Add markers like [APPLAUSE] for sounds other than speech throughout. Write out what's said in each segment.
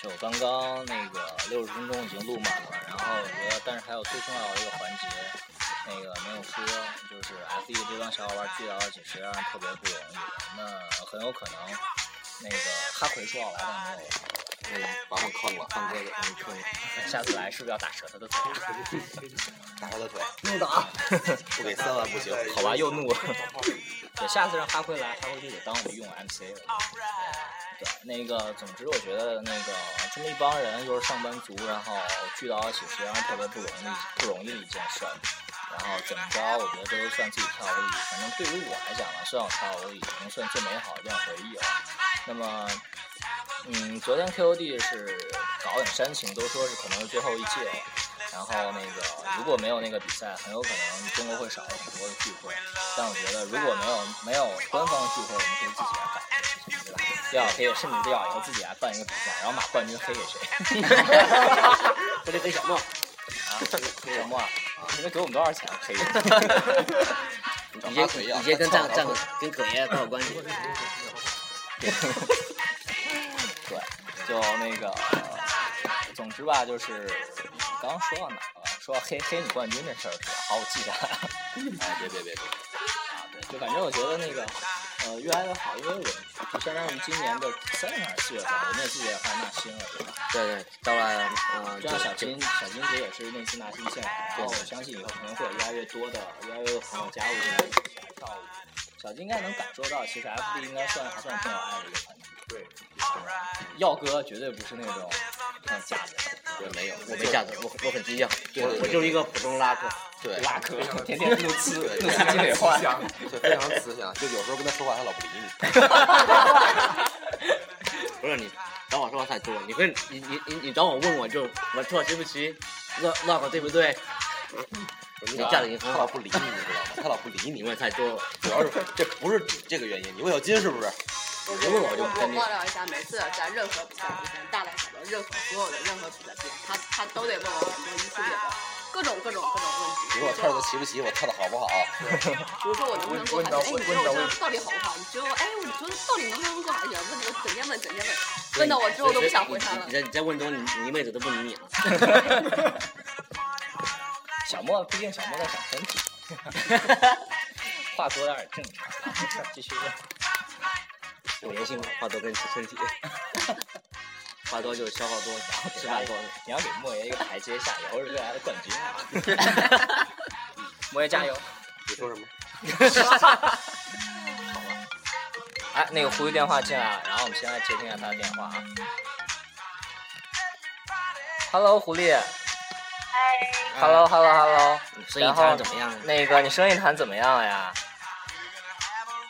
就我刚刚那个六十分钟已经录满了，然后我觉得，但是还有最重要的一个环节，那个没有说，就是 F 1这帮小伙伴聚到一起，实际上特别不容易。那很有可能，那个哈奎说要来，但没有来。嗯，把我坑了，胖哥给你坑了，下次来是不是要打折他的腿啊？打他的腿，怒的 [LAUGHS] 啊！不给三万不行。好吧，又怒了。 [LAUGHS] 对，下次让哈奎来，哈奎就得当我们用 MC 了。对，那个，总之我觉得那个这么一帮人就是上班族，然后聚到一起，实际上特别不容易，不容易的一件事儿。然后怎么着，我觉得这都算自己跳舞里，反正对于我来讲呢，算我跳舞里已经算最美好的一段回忆了。那么，嗯，昨天 KOD 是搞点煽情，都说是可能是最后一届了。然后那个如果没有那个比赛，很有可能中国会少了很多的聚会。但我觉得如果没有没有官方聚会，我们可以自己来搞一个事情，对吧？最好可以甚至最好以后自己来办一个比赛，然后把冠军黑给谁？ [LAUGHS] 我得给小梦，啊，黑小莫，你们给我们多少钱啊黑？你先你先跟战战跟葛爷搞好关系。对， [LAUGHS] 就那个，总之吧，就是刚刚说到哪儿了？说到黑黑你冠军这事儿是吧？好，我记下来了。哎，别别别别，啊，对，就反正我觉得那个，呃，越来越好，因为我相当于今年的三月份还是四月份，我们也自己也开始纳新了，对吧？对对，到了呃，就像小金，小金姐也是那次纳新现场，然后我相信以后可能会有越来越多的、越来越多的朋友加入进来一起跳舞。小金应该能感受到，其实 FD 应该算还算挺有爱的一个团体。对，耀哥绝对不是那种像架子，对没有，我没下子，我我很低调，对对我对我就是一个普通拉客。对，拉客，天天怒呲，对怒呲金美焕。对，非常慈祥，就有时候跟他说话，他老不理你。不是你找我说话太多，你跟你你你你找我问我就我错对不起，落落口对不对？你你嫁的已经很他老好，不理你，你知道吗？他老不理你你，问太多了。主要是这不是这个原因。你问小金是不是？我你问我就我跟你我爆料一下，每次在任何比赛之前，大大小小任何所有的任何比赛之前，他他都得问我很多一系列的各种各种各种问题。你问我跳的齐不齐，我跳的好不好？比如说我能不能过海选？哎，你觉得我这到底好不好？你觉得我哎，我觉得到底能不能过海选？问这个整天问整天问，问到我之后都不想回他了你。再你再问多，你你一辈子都不理你了。小莫，毕竟小莫在长身体，话多有点正常。啊继续问，有人性话多跟身体，话多就消耗多，是吃吧饭多。？你要给莫爷一个台阶下，以后是未来的冠军啊。莫爷加油！你说什么？哎，那个呼吁电话进来了，然后我们现在接听一下他的电话啊。Hello，狐狸。Hello，Hello，Hello。生意谈怎么样？啊那个，你生意谈怎么样了呀？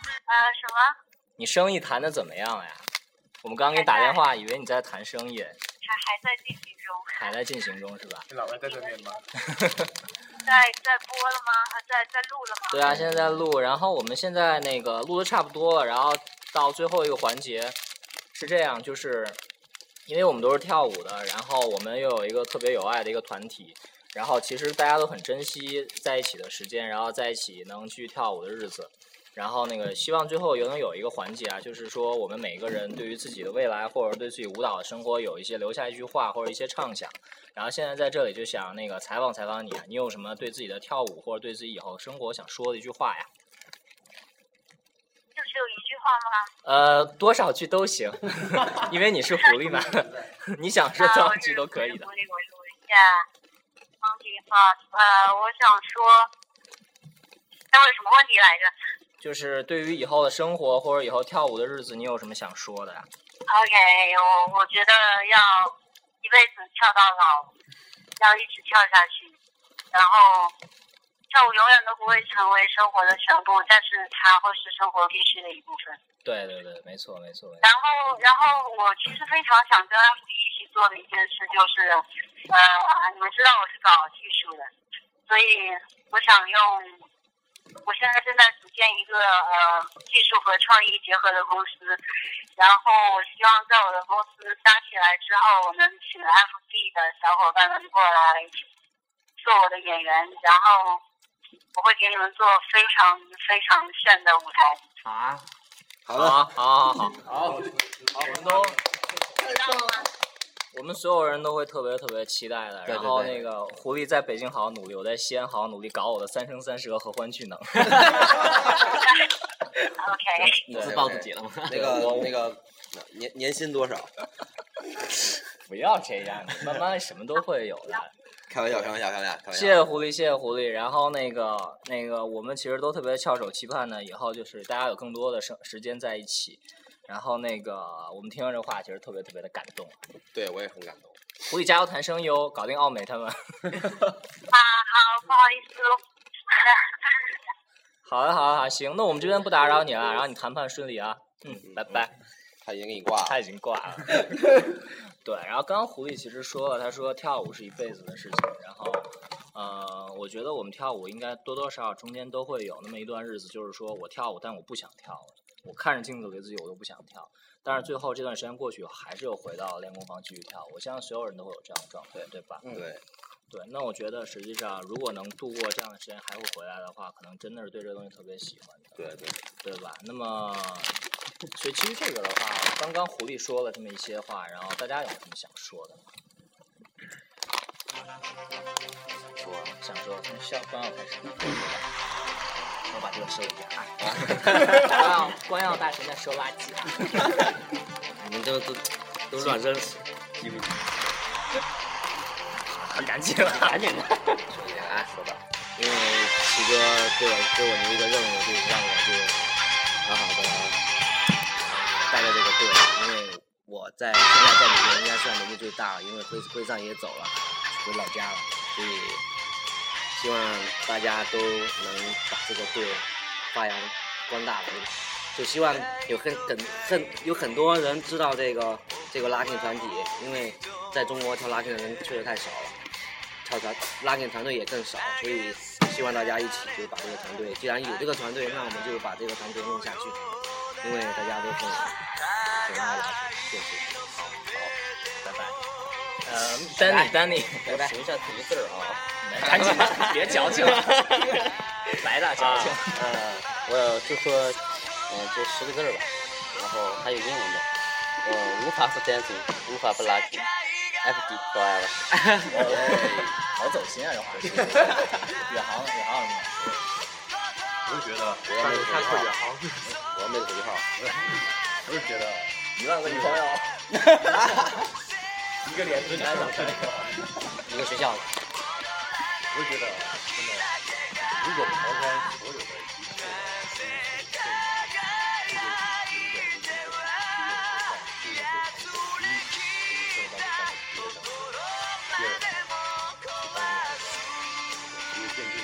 呃，什么？你生意谈的怎么样了呀？我们刚给你打电话，以为你在谈生意，还还在进行中，还在进行中是吧？你老外在这边吗？ [LAUGHS] 在在播了吗？呃在在录了吗？对啊，现在在录，然后我们现在那个录的差不多了，然后到最后一个环节是这样，就是因为我们都是跳舞的，然后我们又有一个特别有爱的一个团体，然后其实大家都很珍惜在一起的时间，然后在一起能去跳舞的日子。然后那个希望最后也能有一个环节啊，就是说我们每个人对于自己的未来或者对自己舞蹈的生活有一些留下一句话或者一些畅想。然后现在在这里就想那个采访采访你，啊，你有什么对自己的跳舞或者对自己以后生活想说的一句话呀？就只有一句话吗？呃，多少句都 [LAUGHS] 行，因为你是狐狸 [LAUGHS] 嘛，你想说多少啊，我句都可以的我。我录一下。Monkey Fox，呃，我想说，刚问什么问题来着就是对于以后的生活或者以后跳舞的日子，你有什么想说的呀？ ？OK，我我觉得要一辈子跳到老，要一直跳下去，然后跳舞永远都不会成为生活的全部，但是它会是生活必须的一部分。对对对，没错没错没错。然后，然后我其实非常想跟 FD 一起做的一件事就是，呃，你们知道我是搞技术的，所以我想用，我现在正在组建一个呃技术和创意结合的公司，然后我希望在我的公司搭起来之后，我能请 FD 的小伙伴们过来做我的演员，然后我会给你们做非常非常炫的舞台。啊，好好了，啊，好好好好，好，我们都知道吗？我们所有人都会特别特别期待的。对对然后对那个狐狸在北京好好努力，我在西安好好努力搞我的三生三世和合欢 [LAUGHS] 聚能。 OK，你自暴自己了吗？那个那个年年薪多少？不要这样，慢慢什么都会 [LAUGHS] 有的。开玩笑，开玩笑，开玩笑，开玩笑。谢谢狐狸，谢谢狐狸。然后那个那个，我们其实都特别翘首期盼呢，以后就是大家有更多的时时间在一起。然后那个，我们听完这话，其实特别特别的感动。对我也很感动。狐狸加油，谈声优，搞定奥美他们。 [LAUGHS] 啊，好，哎不好意思，好的，啊好的，好的，行，那我们这边不打扰你了，然后你谈判顺利啊。嗯，拜拜。他已经给你挂他了，已经挂了。 [LAUGHS] 对，然后刚刚狐狸其实说了，他说跳舞是一辈子的事情，然后呃，我觉得我们跳舞应该多多少少中间都会有那么一段日子，就是说我跳舞，但我不想跳了，我看着镜子里的自己我都不想跳，但是最后这段时间过去，还是又回到练功房继续跳。我相信所有人都会有这样的状态，对吧？对，对，那我觉得实际上如果能度过这样的时间还会回来的话，可能真的是对这个东西特别喜欢的。对对，对吧？那么，所以其实这个的话，刚刚狐狸说了这么一些话，然后大家有什么想说的吗？说想说，从肖光耀开始，我把这个收一下啊！光耀光耀大神在收垃圾。你们这都都乱扔，赶紧了， [LAUGHS] 赶紧的。兄弟啊，说吧。因为七哥给我给我留一个任务，就是让我就好好的带着这个队，因为我在现在在里面应该算年纪最大了，因为辉辉上也走了，回老家了，所以希望大家都能把这个队发扬光大吧。就希望有很很很有很多人知道这个这个拉丁团体，因为在中国跳拉丁的人确实太少了。跳团拉点团队也更少，所以希望大家一起就把这个团队，既然有这个团队，那我们就把这个团队弄下去，因为大家都很很爱拉丁，谢谢。拜拜。呃，丹尼，丹尼，拜拜数一下叠字儿啊！赶 [LAUGHS] 紧的，别矫 [LAUGHS] 情 [LAUGHS] 了，白大矫情。呃，我就说，嗯、就十个字儿吧，然后还有英文的，呃，无法不 dancing，无法不 lucky，FD 高爱了，好走心啊，这话 [LAUGHS] 题。远航，远航有什么想说的？我就觉得，我要没有手机号，航，我要没有手机号，我就觉得一万个女朋友，一个连字你还想看一个学校，我就觉得真的，如果抛开所有的一切，这个有一点就是这个这个第一，就是第二，因为电竞，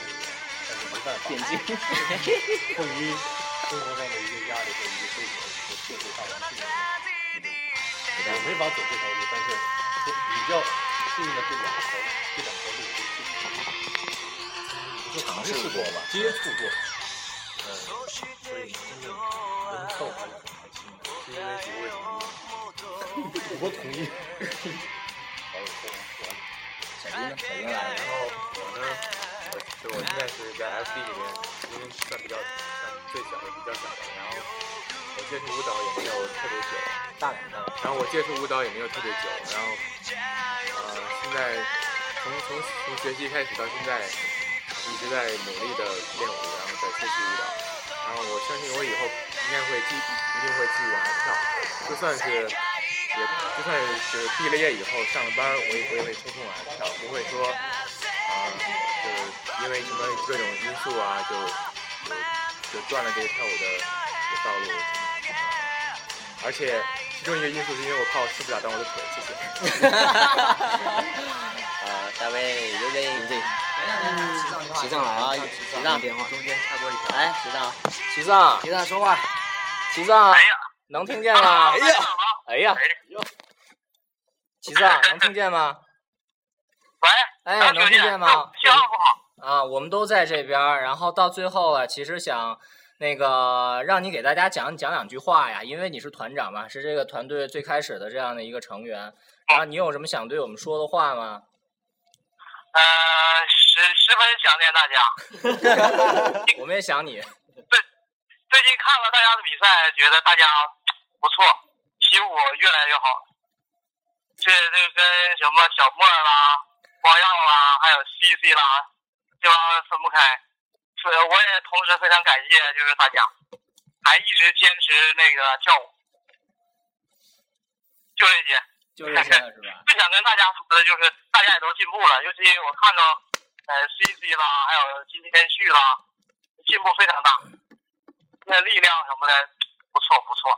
但是没办法，电竞迫于生活上的一些压力和一些生活和社会大环境的那种我没法走这条路，但是比较幸运的这两条这两条路我都去尝试过吧，接触过。呃，所以真的能跳舞还是很开心的，是因为祖国统一，祖国 [LAUGHS] 统一。完小金了，说完。呢？小金来了然。后我呢，我就我现在是在 FD 里面，因为算比较算最小的比较小的，然后我接触舞蹈也没有特别久，大脸蛋，然后我接触舞蹈也没有特别久，然后呃现在从从从学习开始到现在，一直在努力的练舞，然后在学习舞蹈，然后我相信我以后应该会继一定会继续往下跳，就算是。也就算是就是毕了业以后上了班儿，我也我也会抽空往下跳，不会说啊，就是因为什么各种因素啊，就就就断了这个跳舞的这个道路。而且其中一个因素是因为我怕我吃不了当我的腿，谢谢。呃，大卫有点齐上来啊，齐上电话，来，学长，齐藏，齐上说话，齐藏，能听见吗？哎呀，哎呀，齐藏，能听见吗？喂，啊哎，能听见吗？信号不好，啊，我们都在这边儿，然后到最后了，其实想。那个让你给大家讲讲两句话呀，因为你是团长嘛，是这个团队最开始的这样的一个成员。然后你有什么想对我们说的话吗？呃，十十分想念大家。我们也想你。最近看了大家的比赛，觉得大家不错，习武越来越好。这这跟什么小莫啦、光耀啦，还有 CC 啦，这帮分不开。所以我也同时非常感谢，就是大家还一直坚持那个跳舞，就这些。就这些了是吧？最想跟大家说的就是，大家也都进步了，尤其我看到呃 CC 啦，还有今天旭啦，进步非常大，那力量什么的不错不错。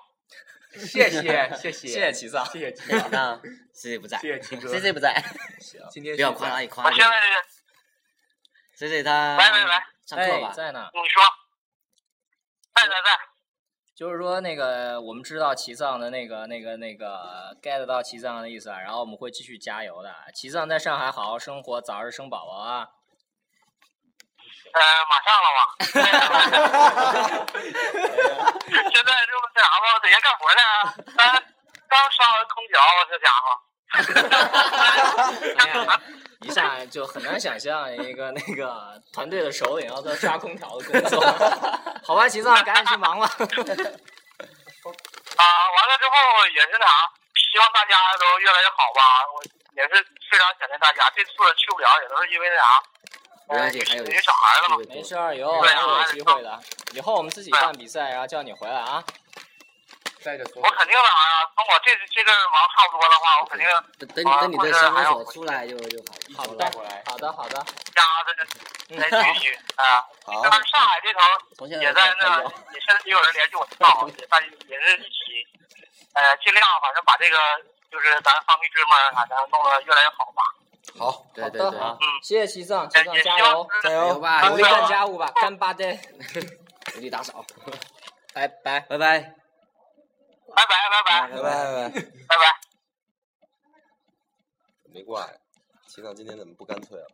谢谢谢谢谢齐桑，谢谢 [LAUGHS] 齐哥，啊，C C [LAUGHS] 不在谢谢齐哥， C C 不在，行，今天不要夸他，你夸我他现在是， ，C C 他来来来，上课吧，哎在呢。你说，在在在，就是说，那个我们知道齐藏的那个、那个、那个 get 到齐藏的意思啊，然后我们会继续加油的。啊齐藏在上海好好生活，早日生宝宝啊！呃，马上了嘛。 [LAUGHS] 现在这不这啥吗？在家干活呢，啊刚刚刷完空调，这家伙。 [LAUGHS] 哎呀，一下就很难想象一个那个团队的首领要做刷空调的工作。 [LAUGHS] 好吧，齐藏，赶紧去忙吧。啊，完了之后也是那啥，希望大家都越来越好吧。我也是非常想念大家，这次去不了也都是因为那啥，没呃关系，还有有小孩了嘛。机会没多事儿，以后还是有机会的。以后我们自己办比赛，然后叫你回来啊。带着所我肯定的啊，等我这这阵忙差不多的话，我肯定等等啊你等你这小伙所出来就就好。好一起的带过来，，好的，好的。嗯家这来继 [LAUGHS] 续啊。嗯好嗯当然上海这头从现也在开在那始聊，也是也有人联系我知 [LAUGHS] 道，也大家也是一起，呃，尽量反正把这个就是咱方力之嘛，反正啊弄得越来越好吧。好，对对好对的，嗯，谢谢齐藏，齐也藏也加希望油，是加加油油！吧，努努力力干家务吧，干巴爹，努力打 [LAUGHS] 扫，拜拜。拜拜拜拜拜拜拜拜拜。拜拜。没挂呀，齐总今天怎么不干脆了？啊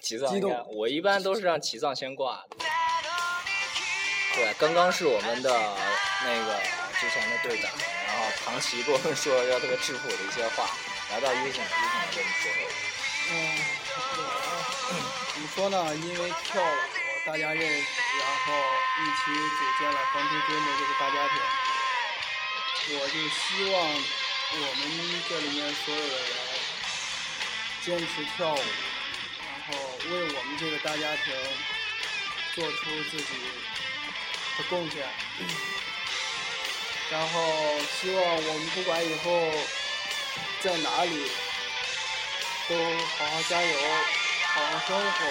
齐藏，你看我一般都是让齐藏先挂的。对，刚刚是我们的那个之前的队长，然后唐奇跟我们说了特别质朴的一些话，聊到 U 型，U 型也跟我们说过。嗯，怎么说呢？因为跳舞大家认识，然后一起组建了黄皮真的这个大家庭。我就希望我们这里面所有的人呃坚持跳舞，然后为我们这个大家庭做出自己的贡献。然后希望我们不管以后在哪里，都好好加油，好好生活，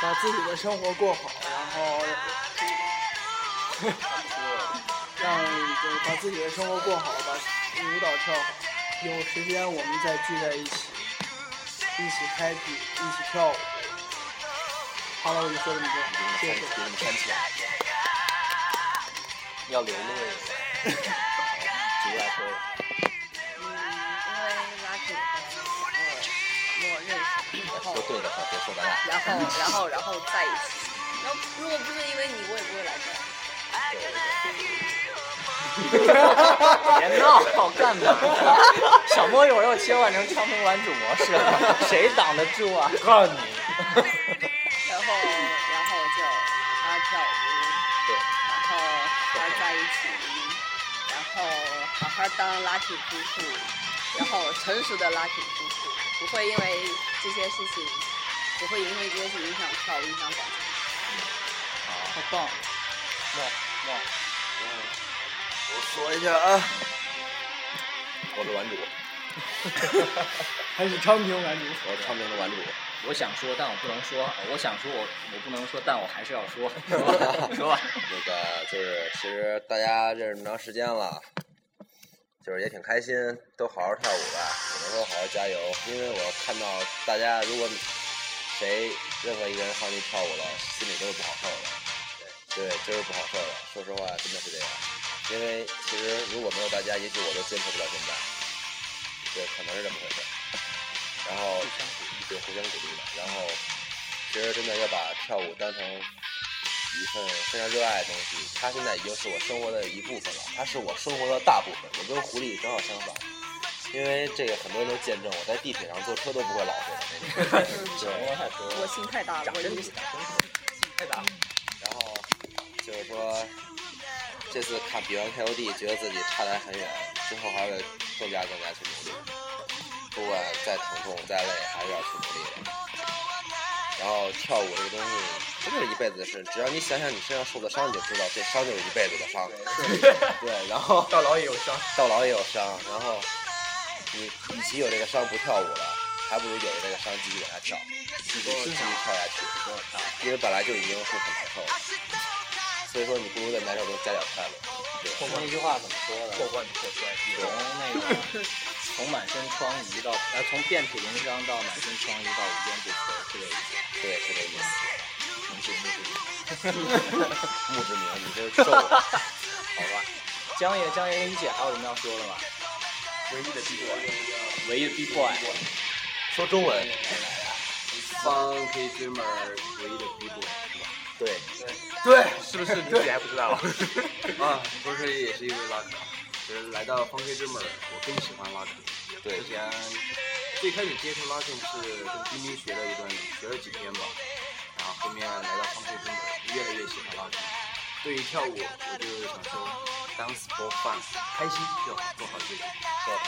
把自己的生活过好，然后 [LAUGHS] 让就是把自己的生活过好，把舞蹈跳好。有时间我们再聚在一起，一起 happy，一起跳舞。好了，我就说这么多，谢谢。要流露一下，主来说。嗯，因为拉主我我认识，然后说对的话，别说咱俩。然后然后然后在一起，然后如果不是因为你，我也不会来这儿。别闹，干嘛？ [LAUGHS] 小莫一会儿又切换成枪兵玩主模式了，谁挡得住啊？ [LAUGHS] 告诉你，然后然后就他跳舞，对，然后他在一起，然后好好当 lucky 夫妇，然后成熟的 lucky 夫妇，不会因为这些事情，不会因为这些事情影响跳舞，影响感情。好棒！我说一下啊，我是玩 [LAUGHS] 主，还是昌平男主。我是昌平的玩主。我想说，但我不能说；我想说我，我不能说，但我还是要 [LAUGHS] 说。说吧，说吧。 [LAUGHS] 那个就是，其实大家认识这么长时间了，就是也挺开心，都好好跳舞吧，我们都好好加油。因为我看到大家如果谁任何一个人看见跳舞了，心里都是不好受的，对，对，就是不好受的。说实话，真的是这样。因为其实如果没有大家，也许我都坚持不到现在，对，可能是这么回事。然后对互相鼓励嘛，然后其实真的要把跳舞当成一份非常热爱的东西。它现在已经是我生活的一部分了，它是我生活的大部分。我跟狐狸正好相反，因为这个很多人都见证，我在地铁上坐车都不会老实的那种。对，我心太大了，我一然后就是说这次看比完 KOD，觉得自己差得还很远，之后还得更加更加去努力，不管再疼痛再累，还是要去努力的。然后跳舞这个东西，真的是一辈子的事。只要你想想你身上受的伤，你就知道这伤就是一辈子的伤。 [LAUGHS] 对，然后到老也有伤。到老也有伤，然后你与其有这个伤不跳舞了，还不如有着这个伤继续给它跳，继续继续啊跳下去，因为本来就已经是很难受了，所以说你不如在难受中加点快乐。我们那句话怎么说的？破罐子破摔，从那个 [LAUGHS] 从满身疮痍到呃从遍体鳞伤到满身疮痍到无坚不摧，是这个意思。对，是这意思。能行就行。 [LAUGHS] 墓志铭，你这受了。江爷，江爷跟你姐还有什么要说的吗？唯一的啊 B boy，唯一的 B boy，说中文， Funky Dreamer 唯一的 B boy 是吧？对，对，是不是你自己还不知道？啊，同时也是因为拉克，就是来到 Funky Dreamer，我更喜欢拉克。对之前最开始接触拉克是跟冰冰学了一段，学了几天吧，然后后面来到 Funky Dreamer，越来越喜欢拉克。对于跳舞，我就想说，dance for fun，开心就好，做好自己。对， OK，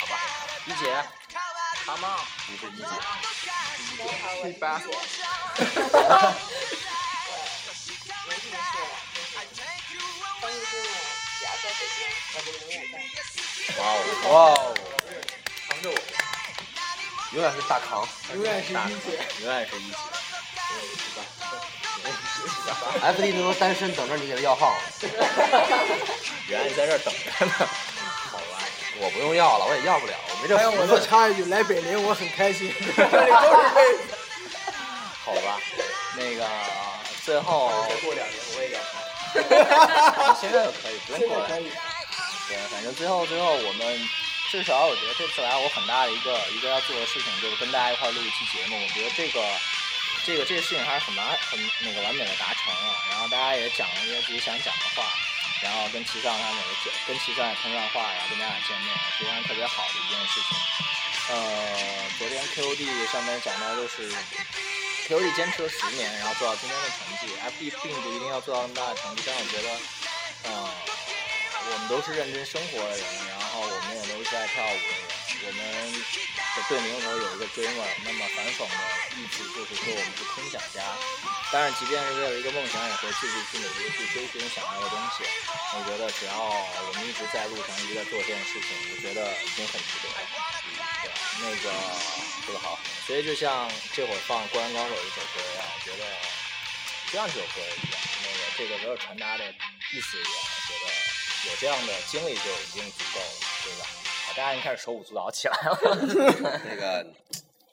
好吧。一姐，Come on。你是一姐，第八，没什么事了。翻译之后，只要在北京，我就永远在。哇哦哇哦，扛着我。永远是大扛。永远是一姐。永远是一姐。 F D 都单身等着你给他要号，原来你在这儿等着呢。我不用要了，我也要不了，我没这哎还有我福再分。插一句，来北林我很开心，这里都是妹子。好吧，那个最后，过两年我也要。现在就可以，不用现过在来可。以，对，反正最后最后我们至少我觉得这次来我很大的一个一个要做的事情就是跟大家一块儿录一期节目，我觉得这个这个这个事情还是很完很那个完美的达成了，然后大家也讲了一些自己想讲的话，然后跟齐尚他们也见跟齐尚也通上话，然后跟大家也见面，实际上特别好的一件事情。呃，昨天 QD 上面讲到就是 QD 坚持了十年，然后做到今天的成绩，FD 并不一定要做到那么大的成绩，但我觉得，呃，我们都是认真生活的人，然后我们也都是爱跳舞的人，我们的队名里头有一个 dreamer，那么反讽的意思就是说我们是空想家，当然即便是为了一个梦想，也会继续去努力地去追寻想要的东西。我觉得只要我们一直在路上一直在做这件事情，我觉得已经很值得了。对，那个说的好，所以就像这会儿放《灌篮高手》这首歌一样，我觉得就像这首歌一样，那个这个歌传达的意思一样，我觉得。有这样的经历就已经足够了，对吧？好，大家已经开始手舞足蹈起来了。 [LAUGHS] 那个，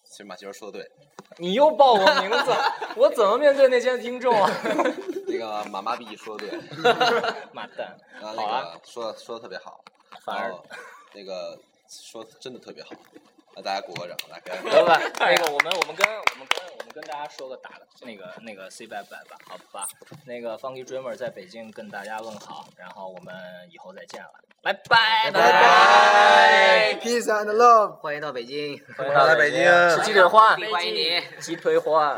其实马球说的对，你又报我名字，我怎么面对那些听众啊？ [LAUGHS] 那个马妈逼说的对，妈蛋！然好后那啊个说的说的特别好，反然而后那个说得真的特别好，那大家鼓个掌，来给得他吧，那个我们我们跟我们跟我们跟大家说个打那个那个 say bye bye 吧，好吧？那个 Funky Dreamer 在北京跟大家问好，然后我们以后再见了，拜拜拜拜拜， ，peace and love。欢迎到北京，欢迎到来北京吃鸡腿花，欢迎你。鸡腿花。